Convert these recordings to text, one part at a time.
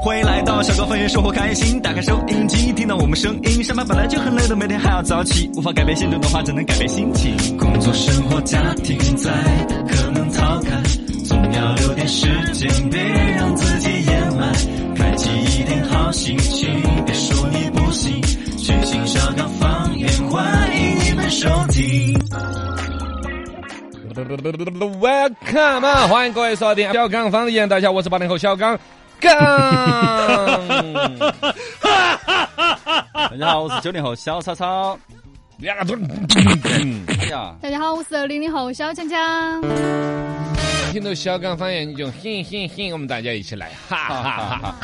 我小高方言生活开心，打开收音机，听到我们声音。上班本来就很累的，每天还要早起，无法改变现状的话，只能改变心情。工作、生活、家庭在，可能逃开，总要留点时间，别让自己掩埋。开启一点好心情，别说你不行，全新小高方言，欢迎你们收 听。 Welcome 啊！欢迎各位收听小刚方言，大家好，我是八零后小刚刚。 大家好，我是九零后小曹操。哎呀，大家好，我是零零后小强强。听到小刚方言你就嘿嘿嘿，我们大家一起来，哈哈哈！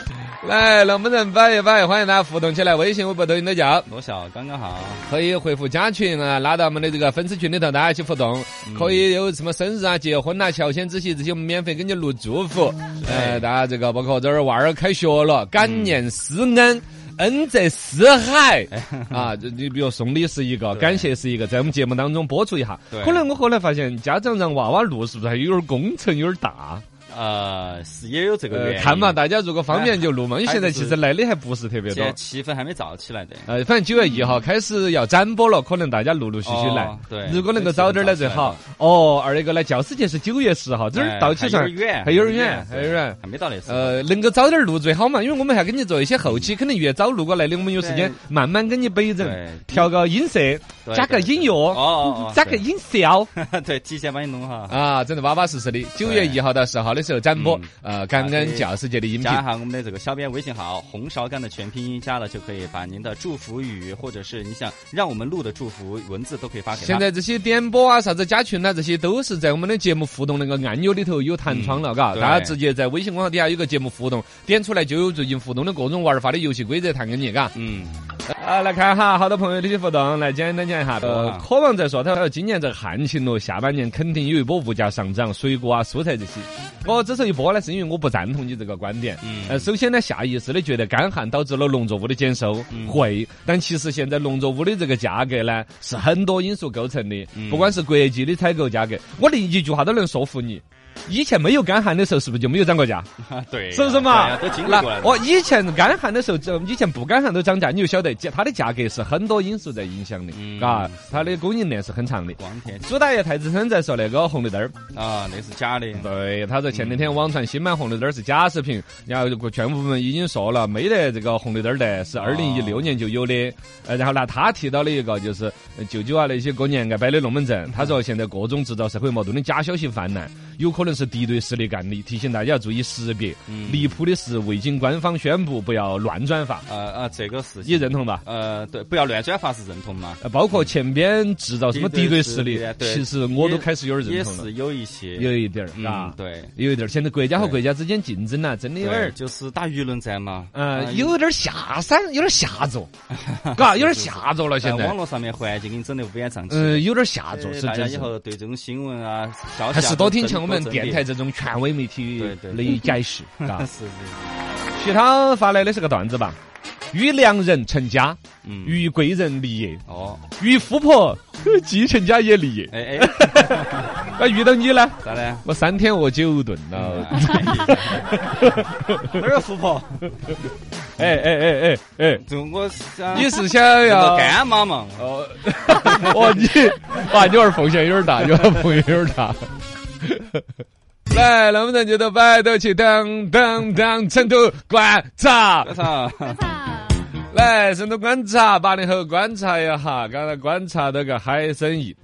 来，能不能摆一摆？欢迎大家互动起来，微信、微博、抖音都叫。罗小刚刚好。可以回复加群啊，拉到我们的这个粉丝群里头，大家一起互动。嗯可以有什么生日啊、结婚啊、乔迁之喜这些，我们免费给你录祝福。嗯哎，大家这个包括这儿娃儿开学了，感念思恩。恩泽四海哎 啊！这你比如送礼是一个，感谢是一个，在我们节目当中播出一下对。可能我后来发现，家长让娃娃录是不是还有点工程有点大？呃，是也有这个呃原，因。看嘛，大家如果方便就录嘛。因为现在就是其实来的还不是特别现多在。气氛还没燥起来的。呃，反正九月一号开始要展播了，可能大家陆陆续续来。哦对如果能够早点儿来最好。哦，二一个呢，教师节是九月十号，这哎儿到起上还有点远，还有点远，还还有有点远。还没到那时候。呃，能够早点儿录最好嘛，因为我们还给你做一些后期，肯定越早录过来的，我们有时间对慢慢给你摆对整，调个音色，对啊加个音哦乐，哦哦， 加个音效对 对，提前帮你弄好，啊，整得巴巴适适的。九月一号到十号的时候展播嗯，呃，感大恩家教师节的音频加。一下我们的这个小编微信号“红烧干”的全拼音，加了就可以把您的祝福语，或者是你想让我们录的祝福文字都可以发给他。现在这些点播啊、啥子加群啊，这些都是在我们的节目互动那个按钮里头有弹窗了，嘎、嗯对大家直接在微信公众号底下有个节目互动，点出来就有最近互动的各种玩法的游戏规则弹给你，嘎。嗯，啊，来看哈，好多朋友的些互动，来简单讲一下。说呃啊，渴望在说，他说今年这个旱情咯，下半年肯定有一波物价上涨，水果啊、蔬菜这些。我之所以播呢，是因为我不赞同你这个观点。嗯呃，首先呢，下意识的觉得干旱导致了农作物的减收，嗯会。但其实现在农作物的这个价格呢，是很多因素构成的，嗯不管是国际的采购价格，我另一句话都能说服你。以前没有干旱的时候，是不是就没有涨过价？对呀，啊是不是嘛？啊哎对呀都经历那过来了。哦，以前干旱的时候，这以前不干旱都涨价，你就晓得价它的价格是很多因素在影响的，嗯啊，它的供应链是很长的。光天气朱大爷太子参在说那个红绿灯儿，啊，那是假的。对，他说前两嗯天网传新版红绿灯儿是假视频，然后国政府部门已经说了，没得这个红绿灯儿的，啊是二零一六年就有的。呃，然后拿他提到的一个就是呃舅舅啊那些过年挨摆的龙门阵，他说现在各种制造社会矛盾的假消息泛滥，有可能是敌对势力干的，提醒大家要注意识别。嗯离谱的是，未经官方宣布不要乱转发，呃呃，这个事你情，认同吧？呃，对，不要乱转发是认同吗？呃包括前边制造什么敌对势敌对势力力啊，对其实我都开始有点也认同了是，有一些，有一点儿，嗯啊，，对，有一点儿。现在国家和国家之间竞争呐，啊真的有对点儿。就是打舆论战嘛。呃，啊有点儿下山，有点儿下作， 嘎，有点儿下作了。在现在网，络上面环境给你整得乌烟瘴气。嗯，有点儿下作，呃是大家真以是。后对这种新闻啊、消息啊还是多听都像我们电台。这种权威媒体对对的 解释，都嘎整理。是是，徐涛发来的是个段子吧？与良人成家，嗯，与贵人立业，哦，与富婆呵既成家也立业。哎哎，那遇到你呢？咋了？我三天饿九顿了。嗯哪个富婆？哎哎哎哎 哎，就我想你是想要？干妈嘛？哦，哦，你 哇，你玩风险有点大，你玩风险有点大。 来，能不能就到摆到去当当当成都观察？我操！来，成都观察，八零后观察一下，刚才观察到个海参崴。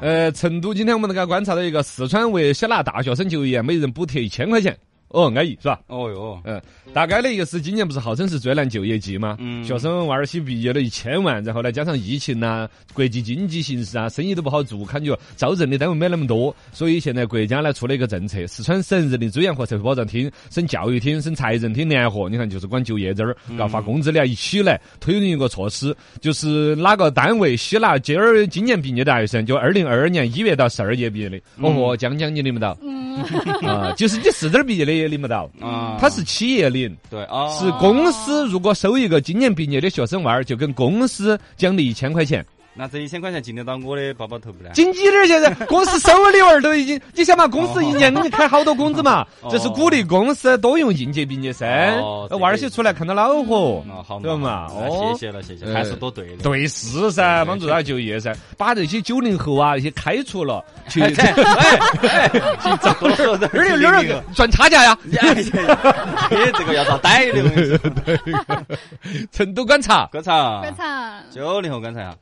呃，成都今天我们能够观察到一个四川维希纳大学生就业，每人补贴一千块钱，哦，安逸是吧？哦哟，嗯，大概的意思，今年不是号称是最难就业季吗？嗯学生娃儿些毕业了一千万，然后呢，加上疫情呐、国际经济形势啊，生意都不好做，感觉招人的单位没那么多，所以现在国家呢出了一个政策，四川省人力资源和社会保障厅、省教育厅、省财政厅联合，你看就是管就业这儿，搞发工资的啊，一起来推动一个措施，就是哪个单位吸纳今儿今年毕业的大学生，就二零二二年一月到十二月毕业的，哦豁，江江你领不到嗯，啊，就是你四点儿毕业的也领不到。啊，他是企业领，对啊，哦是公司如果收一个今年毕业的学生娃儿，就跟公司奖励一千块钱。那这一千块钱进得到我的包包头不呢？紧紧点儿， 现在公司手里娃儿都已经，你想嘛，公司一年你开好多工资嘛， 哦这是鼓励公司多用应届毕业生哦，娃儿些出来看到恼火哦，，好对嘛？那哦谢。谢了，谢谢，呃还是多对的。对是噻，帮助他就业噻，把这些九零后啊，一些开除 了，去哎去 哪找多少人？儿有哪儿有赚差价呀？哎呀，你这个要遭逮的，我跟你说。成都观察，观察，观察，九零后观察啊。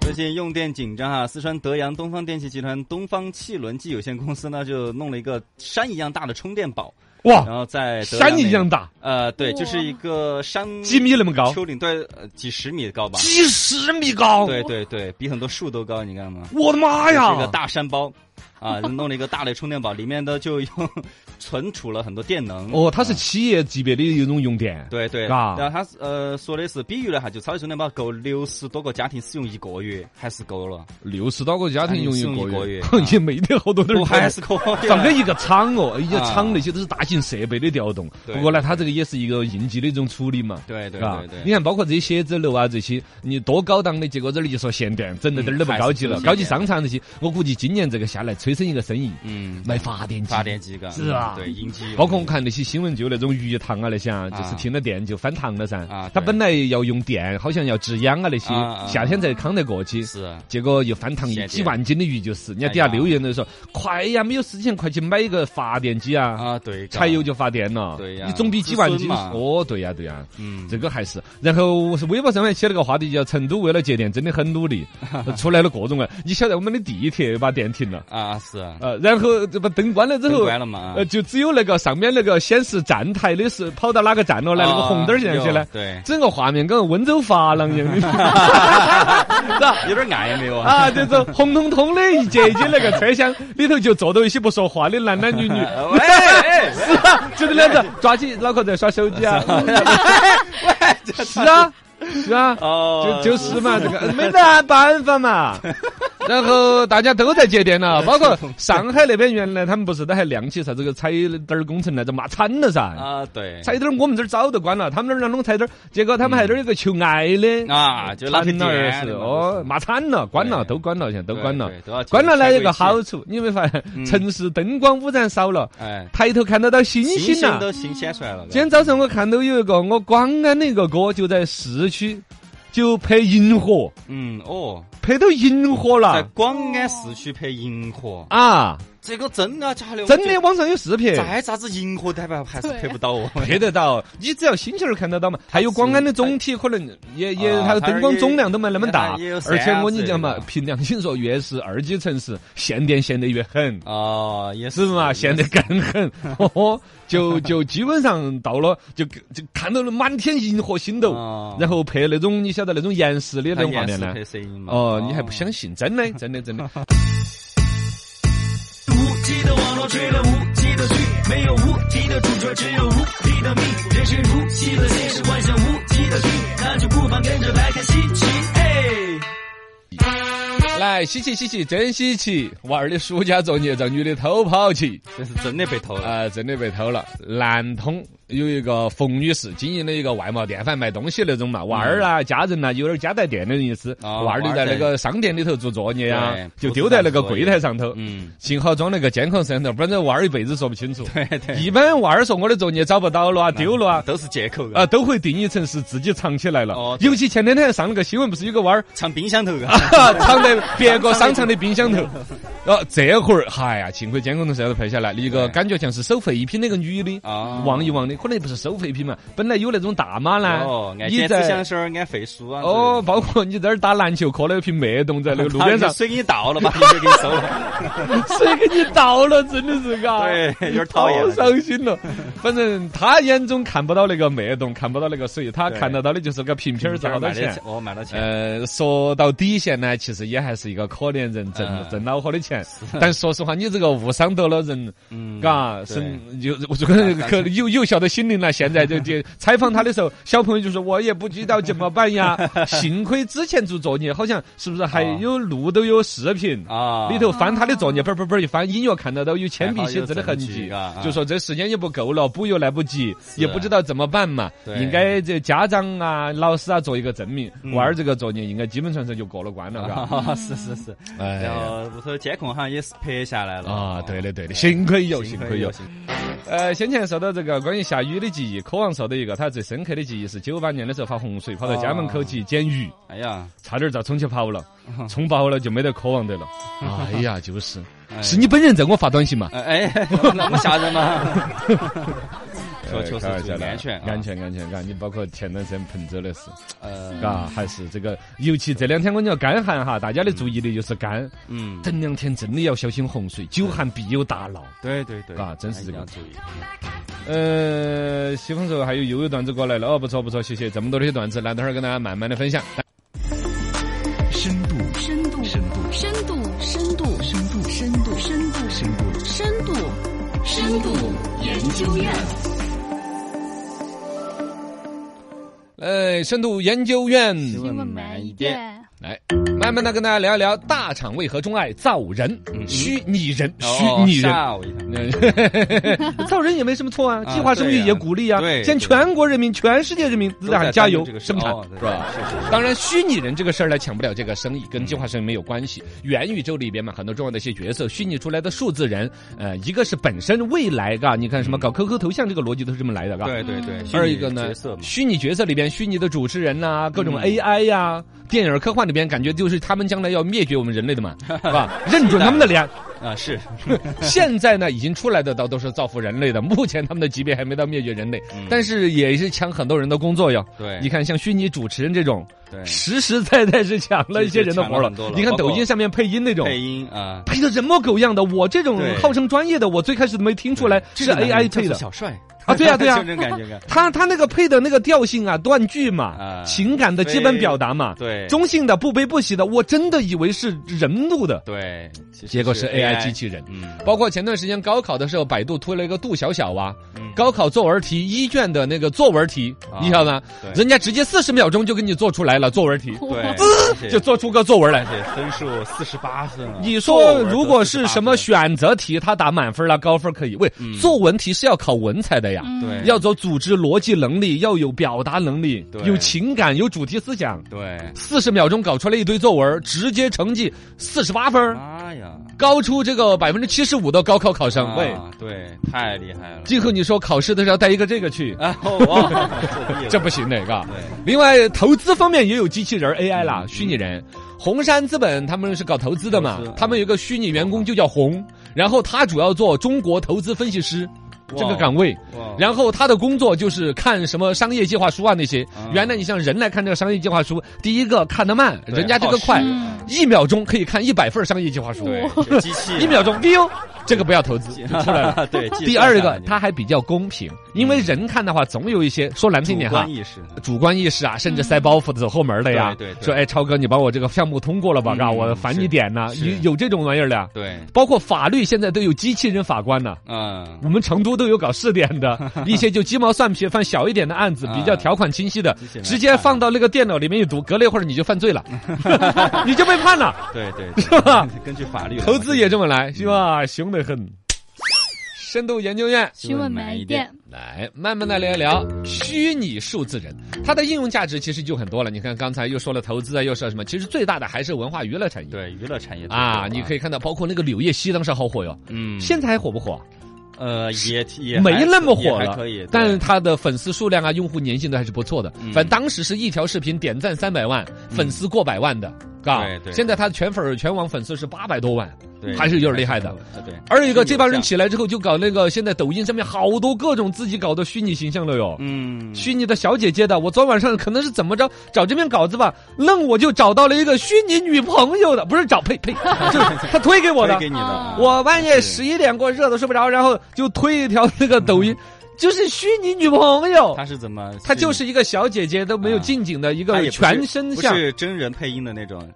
最近用电紧张啊哈，四川德阳东方电气集团东方汽轮机有限公司呢，就弄了一个山一样大的充电宝，哇，然后在德阳啊山一样大，呃，对，哇就是一个山几米那么高，丘陵，对，呃几十米高吧？几十米高，对对对，比很多树都高，你看吗？我的妈是一个呀！大山包 啊，弄了一个大的充电宝，里面的就用 存储了很多电能。哦，它是啊企业级别的一种用电，对对，啊然后他呃说的是，比喻了哈，就超级充电宝够六十多个家庭使用一个月，还是够了，六十多个家庭用哎用一个个月月， 也没得好 多点不儿还是可以反了。正一个厂哦，一个啊厂那些都是大型设备的调动。对不过呢，它这个也是一个应急的一种处理嘛。对对啊对对，你看，包括这些写字楼啊，这些你多高档的，结果这儿一说限电，整得点儿都不高级了。嗯高级商场这些，我估计今年这个下来催生一个生意，嗯，卖发电机。发电机嘎，是啊对，应急用包括我看那些新闻，就那种鱼塘啊那些啊，就是啊停了电就翻塘了噻。啊它对本来要用电，好像要治殃啊那些啊啊，夏天才扛得过去。是啊结果又翻塘限电几万斤的鱼就死，人家底下哎呀留言的说：“快呀，没有事情，快去买一个发电机啊，啊，对，嘎柴油就发电了。”对呀你总比几万子斤孙嘛哦，对呀，对呀。嗯，这个还是，然后微博上面写了个话题叫“成都为了节电真的很努 力”，出来了各种啊！你晓得我们的地铁把电停了，啊是啊，呃，然后这把灯关了之灯后，关了嘛啊呃，就只有那个上面那个显示站台的是跑到哪个站了，来那个啊红灯儿线上去呢有，对，整个画面跟温州珐琅一样的有点暗没有啊？啊，就是红彤彤的一节一节那个车厢里头就坐到一些不说话的男男女女，喂，哎是啊，就是那种抓起脑壳在耍手机啊，是啊，是啊，哦就，就是嘛，这个没得办法嘛。然后大家都在节电了，包括上海那边原来他们不是都还亮起啥子个踩点儿工程来着，骂惨了噻。啊对，踩点儿我们这儿早都关了，他们那儿那种踩点儿，结果他们还这儿有个求爱的啊就拉惨点了电是的嘛哦，骂惨了，关了，对都关了，现在都对关了对都要。去关了呢拆有个柜好处，你有没有发现嗯城市灯光污染少了，哎，抬头看得到星星星星了。都新鲜出来了，今天早上我看到有一个我广安的一个哥就在市区就拍银河，嗯哦，拍到银河在了广安市区拍银河，啊！这个真的假的？真的，网上有视频，再咋子银河代表还是拍不到 哦。 拍得到，你只要星球儿看得到嘛。还有广安的总体可能也也啊它的灯光总量都没那么大它也有，啊山而且我跟之类你的讲嘛，嘛凭良心说，越是二级城市，限电限得越狠。哦，也是嘛， 也限得更狠， 哦，就就基本上到了，就就看到了满天银河星斗，哦然后拍那种你晓得那种延时的那它种画也面是呢，配声音嘛？啊哦，你还不相信？真的，真的，真的。 无极的网络追了无极的剧，没有无敌的主角，只有无敌的命。人生如戏的现实，幻想无极的剧，那就不妨跟着来看稀奇。哎，来，稀奇稀奇，真稀奇！娃儿的暑假作业让女的偷跑起，这是哦真的被偷了。啊、真的被偷了。南通有一个冯女士经营的一个外贸店，反正卖东西那种嘛，娃儿啊、家人呐、有点家带店的意思。哦娃儿就在那嗯娃个商店里头做作业啊对，就丢在那个柜台上头。嗯，幸好装了个监控摄像头，不然这娃儿一辈子说不清楚。对对，一般娃儿说我的作业找不到了啊，丢了啊，都是借口啊，啊，都会定义成是自己藏起来了。哦对尤其前两天上了个新闻，不是有个娃儿藏冰箱头啊。 藏在别个商场的冰箱头，然后这会儿，哎呀，幸亏监控头摄像头拍下来，一个对感觉像是收废品那个女的。啊，望一望的，可能也不是收废品嘛，本来有那种大妈呢哦，，按你电子香在水儿，按肺书啊。哦，包括你在那儿打篮球，磕了一瓶脉动 在那个路边上，水给你 倒了，把你水给你收了。谁 给你倒了，真的是嘎，对，有点讨 厌好了。伤心了。反正他眼中看不到那个脉动，看不到那个水，他对看得到的就是个瓶瓶儿这是儿好多卖得钱哎起。哦，卖了钱。呃，说到底线呢，其实也还是一个可怜人挣嗯挣恼火的钱钱。但说实话，你这个误伤到了人，嗯嘎，对是有我这个可幼幼小的心灵呢，现在就 就采访他的时候，小朋友就说我也不知道怎么办 呀。幸亏之前做作业，好像是不是还啊有录都有视频啊 里头翻他的作业，本儿本儿本儿一翻，隐约看得到有铅笔写字的痕还好有证迹据啊啊，就哎说这时间也不够了，补又来不及，是也不知道怎么办嘛。对应该这家长啊、老师啊做一个证明，嗯娃儿这个作业应该基本上是就过了关 了，嘎。啊，是是是，哎然呀后屋头监控好像也是拍下来了啊，对的对的，幸亏有，幸亏有。幸呃，先前说到这个关于下雨的记忆，科王说到一个他最深刻的记忆是九八年的时候发洪水，跑到家门口去捡鱼，哎呀，差点遭冲去跑 了，冲爆了就没得科王 的了。哎呀，就是，哎是你本人在给我发短信嘛？哎，哎 那么吓 人吗？说求哎开玩是笑的安全，啊安，全，安全，嘎！你包括前段时间彭州的事，呃，嘎，还是这个，尤其这两天我跟你说干旱哈，大家的注意力就是干，嗯，等两天真的要小心洪水，久旱必有大涝。对对对，啊真是这个一定要注意，呃，西风说还有悠悠段子过来了，哦，不错不错，谢谢，这么多的段子，来等会儿跟大家慢慢的分享。深度，深度，深度，深度，深度，深度，深度，深度，深度。深度，深度研究院。呃，深度研究院新闻慢一点。来，慢慢的跟大家聊一聊大厂为何钟爱造人、嗯虚拟人、虚哦拟人。吓我一跳，嗯 造人也没什么错啊，啊计划生育对啊也鼓励啊对，向全国人民、全世界人民都都在喊担加忧油这个，事生产哦对是吧？是是是当然，虚拟人这个事儿呢，抢不了这个生意，跟计划生育没有关系。元宇宙里边嘛，很多重要的一些角色，虚拟出来的数字人，呃，一个是本身未来嘎，你看什么搞 QQ 头像这个逻辑都是嗯这么来的嘎。对对对，二一个虚拟呢角色，嘛嗯虚拟角色里边虚拟的主持人呐、各种嗯 AI 呀、电影科幻里边感觉就是他们将来要灭绝我们人类的 嘛，是吧？认准他们的脸。啊是， 现在呢，已经出来的倒都是造福人类的， 目前他们的级别还没到灭绝人类，嗯但是也是抢很多人的工作哟。对，你看，像虚拟主持人这种，对实实在在是抢了一些人的活是抢了很多了你看包括抖音上面配音那种。配音啊，配的人模狗样的，我这种对号称专业的，我最开始都没听出来是 AI 配的。小帅啊 对啊对啊就这种感觉感，他他那个配的那个调性啊，断句嘛，啊情感的基本表达嘛，对中性的、不悲不喜的，我真的以为是人录的，对，其实结果是 AI 机器人。嗯，包括前段时间高考的时候，百度推了一个杜小小啊，嗯高考作文题一卷的那个作文题，啊你晓得吗？对人家直接四十秒钟就给你做出来了作文题，对，嗯啊就做出个作文来。而且分数四十八分啊，你作说文都如果48是什么分选择题，他打满分了高分可以。喂，嗯作文题是要考文采的呀，嗯对要走组织逻辑能力，要有表达能力对，有情感，有主题思想。对，四十秒钟搞出来一堆作文，直接成绩四十八分儿，妈呀，高出这个百分之七十五的高考考生。啊喂，对，太厉害了今后你说考试的时候带一个这个去，啊！哇， 这不行的，嘎。对，另外，投资方面也有机器人儿 AI 啦，虚拟人。红杉资本他们是搞投资的嘛投资啊，他们有个虚拟员工就叫红，然后他主要做中国投资分析师这个岗位。哇然后他的工作就是看什么商业计划书啊那些嗯。原来你像人来看这个商业计划书，第一个看得慢，对人家这个耗快时，嗯，一秒钟可以看一百份商业计划书，对有机 器啊一秒钟 biu，这个不要投资就出来了。 对，计第算二下个来，它还比较公平，因为人看的话，总有一些说难听嗯主点哈观，意识，主观意识啊，甚至塞包袱走后门的呀。对对对说哎，超哥，你把我这个项目通过了吧？嗯嘎，我返你点呢。是有有这种玩意儿的呀。对，包括法律现在都有机器人法官呢。嗯，我们成都都有搞试点 的，一些就鸡毛蒜皮犯小一点的案子，啊比较条款清晰的机器，人直接放到那个电脑里面一读，隔了一会儿你就犯罪 了，你就被判了，对对， 是吧？根据法律来嘛，投资也这么来，是吧？凶得很。深度研究院新闻慢一点。来，慢慢的聊一聊虚拟数字人，它的应用价值其实就很多了。你看刚才又说了投资啊，又说什么，其实最大的还是文化娱乐产业。对娱乐产业啊，你可以，以看到，包括那个柳叶熙当时好火哟，嗯，哦现在还火不火？呃也也没还那么也火还了可以，但是对它的粉丝数量啊、用户粘性都还是不错的。嗯反正当时是一条视频点赞三百万，粉丝过百万的，嘎对嗯对现在它全粉儿全网粉丝是八百多万。对还是有点厉害的啊对，二一个，这帮人有起来之后就搞那个，现在抖音上面好多各种自己搞的虚拟形象了哟。嗯，虚拟的小姐姐的，我昨晚上可能是怎么着找这篇稿子吧，愣我就找到了一个虚拟女朋友的，不是找呸 呸，就是他推给我的推，给你的啊，我半夜是十一点过，热的睡不着，然后就推一条那个抖音，就是虚拟女朋友嗯他，是怎么？她就是一个小姐姐，都没有啊近景的一它个也不是全身不像，是真人配音的那种，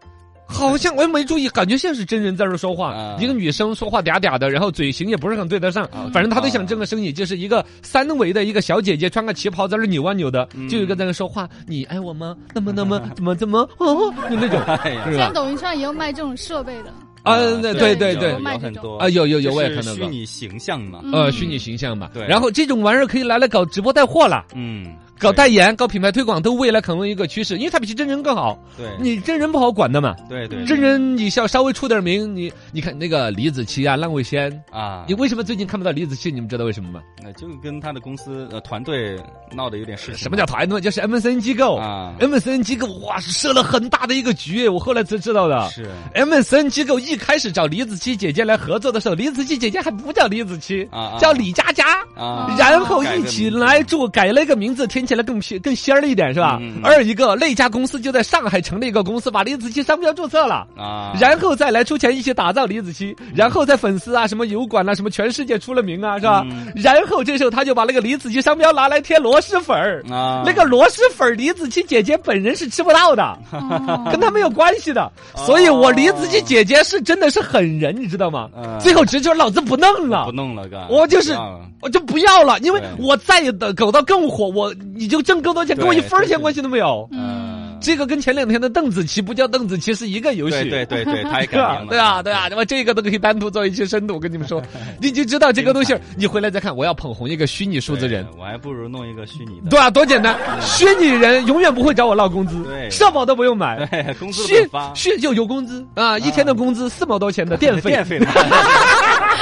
好像我也没注意，感觉像是真人在这儿说话，啊一个女生说话嗲嗲的，然后嘴型也不是很对得上，反正她都想这个声音，就是一个三维的一个小姐姐穿个旗袍在那儿扭啊扭的，就有一个在那说话，你爱我吗？那么那么怎么怎么哦，就那种，哎呀，是现在吧？抖音上也有卖这种设备的，啊，对那对对有对有，卖有这很种多啊，有有有，就我也是看到虚过。拟形象嘛，呃，嗯虚拟形象嘛，对然后这种玩意儿可以拿来搞直播带货了，嗯，搞代言、搞品牌推广，都未来可能一个趋势，因为它比起真人更好。对，你真人不好管的嘛，对对真人你要稍微出点名，你你看那个李子柒啊、浪味仙，啊，你为什么最近看不到李子柒？你们知道为什么吗？那就跟他的公司呃团队闹得有点事情什么叫哎团队？就是 MSN 机构啊，MSN 机构哇设了很大的一个局，我后来才知道的。是 MSN 机构一开始找李子柒姐姐来合作的时候，李子柒姐姐还不叫李子柒，啊啊叫李佳佳。啊，然后一起来住，改了一个名字，听起来更偏更仙儿一点，是吧嗯嗯？嗯二一个那家公司就在上海成立一个公司，把李子柒商标注册了。啊，嗯然后再来出钱一起打造李子柒，然后在粉丝啊、什么油管啊、什么全世界出了名啊，是吧？嗯然后这时候他就把那个李子柒商标拿来贴螺蛳粉儿，啊那个螺蛳粉儿李子柒姐姐本人是吃不到 的，哦跟他没有关系的。哦所以我李子柒姐姐是真的是狠人，你知道吗？嗯最后直接说老子不弄了不。弄了个，我就是啊我就不要了，因为对我再的搞到更火，我你就挣更多钱，对跟我一分儿对钱对关系都没有。嗯，这个跟前两天的邓紫棋不叫邓紫棋是一个游戏，对对对对，他也改对啊名了， 对啊，对啊，那么这个都可以单独做一期深度。我跟你们 说，你就知道这个东西儿，你回来再看。我要捧红一个虚拟数字人对，，我还不如弄一个虚拟的，对啊，多简单！虚拟人永远不会找我闹工资，对社保都不用买，对，工资都虚不发，虚就有工资啊，一天的工资四毛多钱的 电费电费嘛，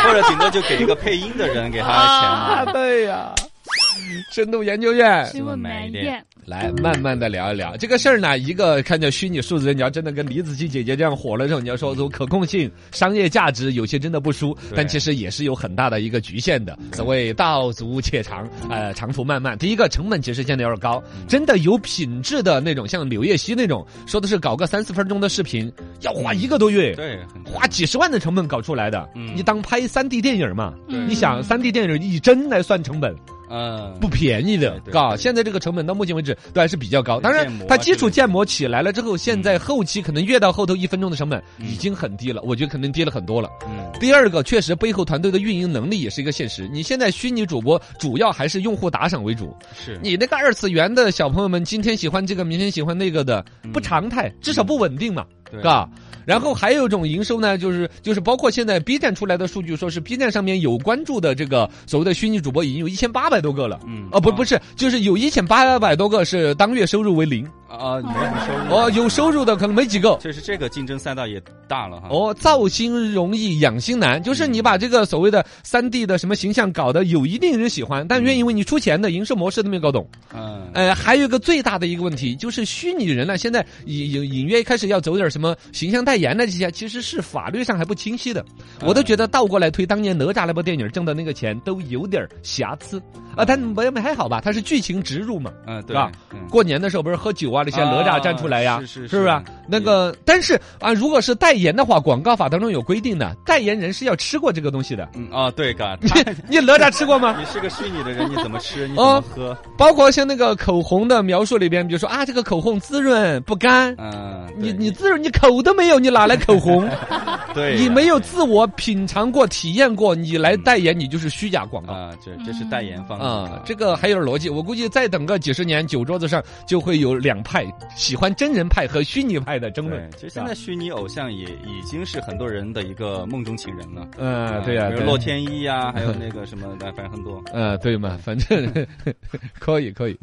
或者顶多就给一个配音的人给他啊，钱嘛，对呀、深度研究院新闻买一嗯点，来慢慢的聊一聊这个事儿呢。一个看着虚拟数字人，你要真的跟李子柒姐姐这样火了之后，你要说从可控性、商业价值，有些真的不输，对但其实也是有很大的一个局限的。所谓道阻且长，呃，长途漫漫。第一个成本其实现在有点高，真的有品质的那种，像柳叶熙那种，说的是搞个三四分钟的视频，要花一个多月。对，很花几十万的成本搞出来的，嗯你当拍三 D 电影嘛？对嗯你想三 D 电影以帧来算成本，嗯，不便宜的对，对嘎，对现在这个成本到目前为止都还是比较高。当然建模，啊它基础之类建模起来了之后，现在后期可能越到后头一分钟的成本嗯已经很低了，我觉得可能低了很多了。嗯，第二个，确实背后团队的运营能力也是一个现实。你现在虚拟主播主要还是用户打赏为主，是你那个二次元的小朋友们今天喜欢这个，明天喜欢那个的，嗯不常态，至少不稳定嘛。对嘎。然后还有一种营收呢，就是就是包括现在 B 站出来的数据，说是 B 站上面有关注的这个所谓的虚拟主播已经有一千八百多个了。嗯哦，不不是，就是有一千八百多个是当月收入为零，啊，没什么收入哦，有收入的可能没几个。就是这个竞争赛道也大了哈。哦，造星容易养星难，就是你把这个所谓的三 D 的什么形象搞得有一定人喜欢，但愿意为你出钱的营收模式都没搞懂。嗯，呃，还有一个最大的一个问题就是虚拟人啊呢，现在隐隐隐约开始要走点什么形象代言的这些，其实是法律上还不清晰的。嗯我都觉得倒过来推，当年哪吒那部电影挣的那个钱都有点瑕疵啊，但没没还好吧，它是剧情植入嘛。嗯，是对吧，嗯过年的时候不是喝酒啊，那些哪吒站出来呀、啊是是不是啊是那个，但是啊，如果是代言的话，广告法当中有规定的，代言人是要吃过这个东西的。 嗯啊，对嘎，你他你哪吒吃过吗？ 你是个虚拟的人，你怎么吃？你怎么喝？包括像那个口红的描述里边，比如说啊，这个口红滋润不干，嗯，你对你自你口都没有，你哪来口红？ 对你呀嗯没有自我品尝过、体验过，你来代言，你就是虚假广告。啊，这这是代言方式啊啊，这个还有点逻辑。我估计再等个几十年，酒桌子上就会有两派，喜欢真人派和虚拟派的争对论。，其实现在虚拟偶像也已经是很多人的一个梦中情人了。呃，对呀、啊比对如洛天依呀，还有那个什么的，反正很多。呃，对嘛，反正 可以可以。